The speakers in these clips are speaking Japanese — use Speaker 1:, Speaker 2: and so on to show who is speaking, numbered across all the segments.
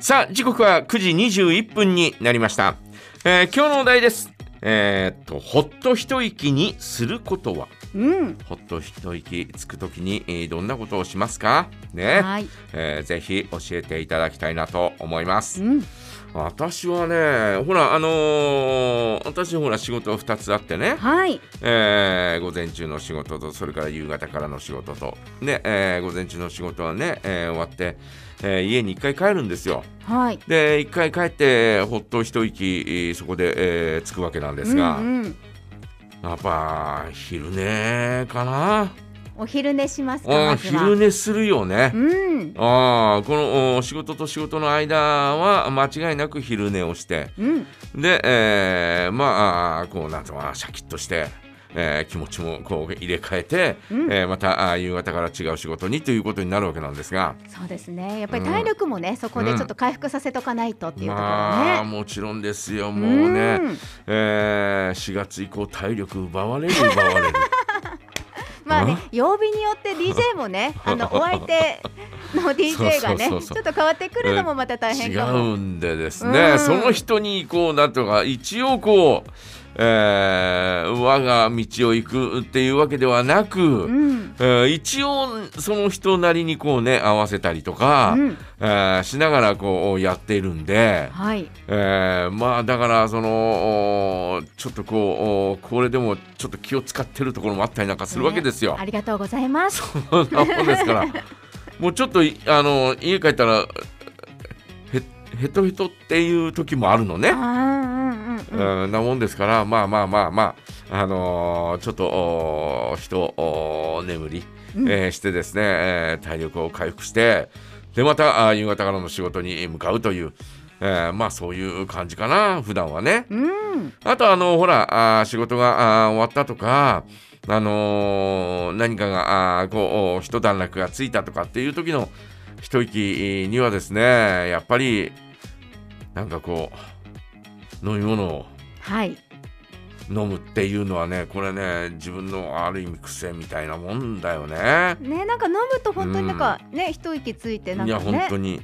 Speaker 1: さあ時刻は9時21分になりました、えー今日のお題ですえーっとほっと一息にすることは
Speaker 2: うん。
Speaker 1: ほっと一息つくときに、えーどんなことをしますかね、
Speaker 2: はい。
Speaker 1: えーぜひ教えていただきたいなと思います
Speaker 2: うん。
Speaker 1: 私はねほらあのー私ほら仕事2つあってね、
Speaker 2: はい。
Speaker 1: えー午前中の仕事とそれから夕方からの仕事とで、えー午前中の仕事はね、えー終わって、えー家に1回帰るんですよ
Speaker 2: はい。
Speaker 1: で1回帰ってほっと一息えーそこで、えー着くわけなんですが、
Speaker 2: うんうん、
Speaker 1: やっぱ昼寝かな
Speaker 2: お昼寝しますか。
Speaker 1: あ
Speaker 2: ま
Speaker 1: ー
Speaker 2: ずは
Speaker 1: 昼寝するよね、
Speaker 2: うん。
Speaker 1: あーこのお仕事と仕事の間は間違いなく昼寝をして
Speaker 2: うん。
Speaker 1: で、えーまああーこうなんとかシャキッとして、えー気持ちもこう入れ替えて、
Speaker 2: うん
Speaker 1: えーまたあー夕方から違う仕事にということになるわけなんですが、
Speaker 2: そうですね。やっぱり体力もね、そこでちょっと回復させとかないとっていうところ
Speaker 1: まあ
Speaker 2: ね。
Speaker 1: もちろんですよもうね、
Speaker 2: ん
Speaker 1: えー4月以降体力奪われる奪われ る
Speaker 2: まあね
Speaker 1: あ、
Speaker 2: 曜日によって DJ もね、あのお相手の DJ
Speaker 1: そ
Speaker 2: がね、
Speaker 1: うそうそうそう
Speaker 2: ちょっと変わってくるのもまた大変
Speaker 1: 違
Speaker 2: かも。
Speaker 1: うんでですね、
Speaker 2: うん
Speaker 1: その人にこうなんとか一応こう、えー我が道を行くっていうわけではなく、
Speaker 2: うん。
Speaker 1: えー一応その人なりにこうね合わせたりとか、
Speaker 2: うん。
Speaker 1: えーしながらこうやっているんで、
Speaker 2: はい。
Speaker 1: えーまあだからそのおーちょっとこうおーこれでもちょっと気を使ってるところもあったりなんかするわけですよ
Speaker 2: ねあ。りがとうございます。
Speaker 1: そんなもんです からもうちょっといあの家帰ったらへへとへとっていう時もあるのね。
Speaker 2: あーうんうんうん。
Speaker 1: うんなもんですからまあまあまあまああのーちょっとおー人おー眠り、
Speaker 2: うん
Speaker 1: えーしてですね、えー体力を回復してでまたあー夕方からの仕事に向かうという、えーまあそういう感じかな普段はね。
Speaker 2: うん。
Speaker 1: あとあのほらあー仕事があー終わったとかあのー何かがあーこう一段落がついたとかっていう時の一息にはですねやっぱりなんかこう飲み物を
Speaker 2: はい。
Speaker 1: 飲むっていうのはねこれね自分のある意味癖みたいなもんだよね。
Speaker 2: ね、なんか飲むと本当になんかね、一息ついてなん
Speaker 1: い
Speaker 2: か
Speaker 1: や
Speaker 2: ね。
Speaker 1: 本当に、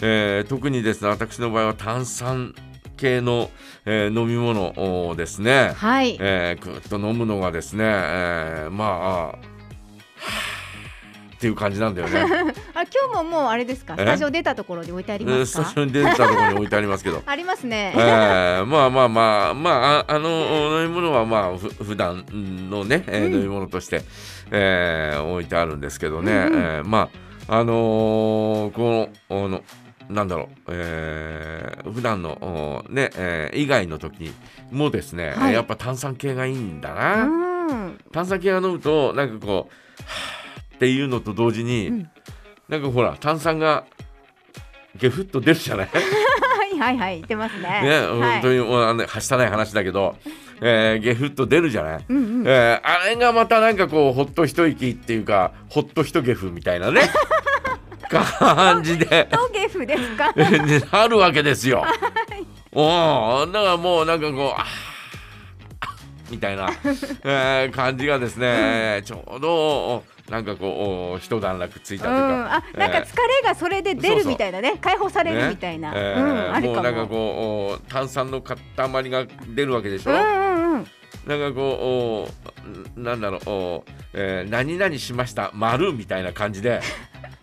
Speaker 1: えー特にですね私の場合は炭酸系の、えー飲み物をですね、
Speaker 2: はい。
Speaker 1: えー、ぐっと飲むのがですね、えーまああーっていう感じなんだよね。
Speaker 2: あ今日ももうあれですか
Speaker 1: え
Speaker 2: スタジオ出たところに置いてあり
Speaker 1: う
Speaker 2: ま
Speaker 1: ん
Speaker 2: す
Speaker 1: スタジ
Speaker 2: か。
Speaker 1: オに出たところに置いてありますけど
Speaker 2: ありますね、
Speaker 1: えー、まあまあまあまあああの飲み物はまあふ普段のね、えー
Speaker 2: うん
Speaker 1: 飲み物として、えー置いてあるんですけどね、
Speaker 2: うんうん
Speaker 1: えーまああのーこのあのなんだろう、えー、普段のおね、えー以外の時もですね、
Speaker 2: はい
Speaker 1: やっぱ炭酸系がいいんだ
Speaker 2: う
Speaker 1: な。
Speaker 2: ん
Speaker 1: 炭酸系が飲むとなんかこうはぁっていうのと同時に、
Speaker 2: うん
Speaker 1: なんかほら炭酸がゲフッと出るじゃない、ね
Speaker 2: はいはいはい言ってますねは
Speaker 1: 本当
Speaker 2: い、
Speaker 1: にもうあのはしたない話だけど、えーゲフッと出るじゃない、
Speaker 2: うんうん
Speaker 1: えーあれがまたなんかこうほっと一息っていうかほっと一ゲフみたいなね 感じで
Speaker 2: トゲフですか
Speaker 1: に なるわけですよ。おーだからもうなんかこうあーみたい な、えー感じがですね、ちょうどなんかこうお一段落ついた
Speaker 2: う
Speaker 1: と
Speaker 2: ん
Speaker 1: いう
Speaker 2: あ
Speaker 1: か、
Speaker 2: なんか疲れがそれで出るみたいなね解放さ
Speaker 1: え
Speaker 2: れ
Speaker 1: ー
Speaker 2: るみたいな、
Speaker 1: ねえ
Speaker 2: うんあ
Speaker 1: ー
Speaker 2: る
Speaker 1: もう
Speaker 2: かも
Speaker 1: なんかこうお炭酸の塊が出るわけでしょ、
Speaker 2: うんうんうん
Speaker 1: なんかこうおなんだろうお、えー何々しました丸みたいな感じで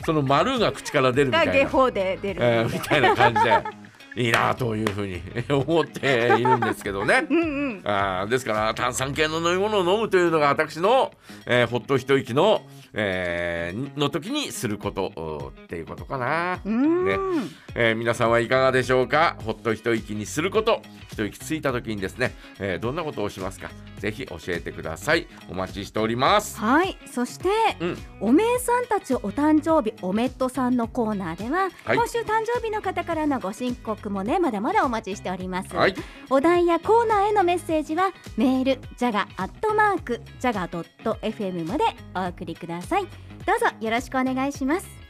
Speaker 1: その丸が口から出るみた
Speaker 2: が
Speaker 1: いな
Speaker 2: 下法で出るみた
Speaker 1: え
Speaker 2: い
Speaker 1: ーみ
Speaker 2: な、
Speaker 1: たいな感じで いいなというふうに思っているんですけどね。
Speaker 2: うんうん
Speaker 1: あーですから炭酸系の飲み物を飲むというのが私の、えーほっと一息の、えーの時にすることおっていうことかな、
Speaker 2: うん、
Speaker 1: ねえー皆さんはいかがでしょうかほっと一息にすること一息ついた時にですね、えーどんなことをしますかぜひ教えてくださいお待ちしております
Speaker 2: はいそして、
Speaker 1: うん
Speaker 2: おめえさんたちお誕生日おめっとさんのコーナーでは、
Speaker 1: はい
Speaker 2: 今週誕生日の方からのご申告もねまだまだお待ちしております、
Speaker 1: はい
Speaker 2: お題やコーナーへのメッセージはメールジャガアットマークジャガ .fm までお送りくださいどうぞよろしくお願いします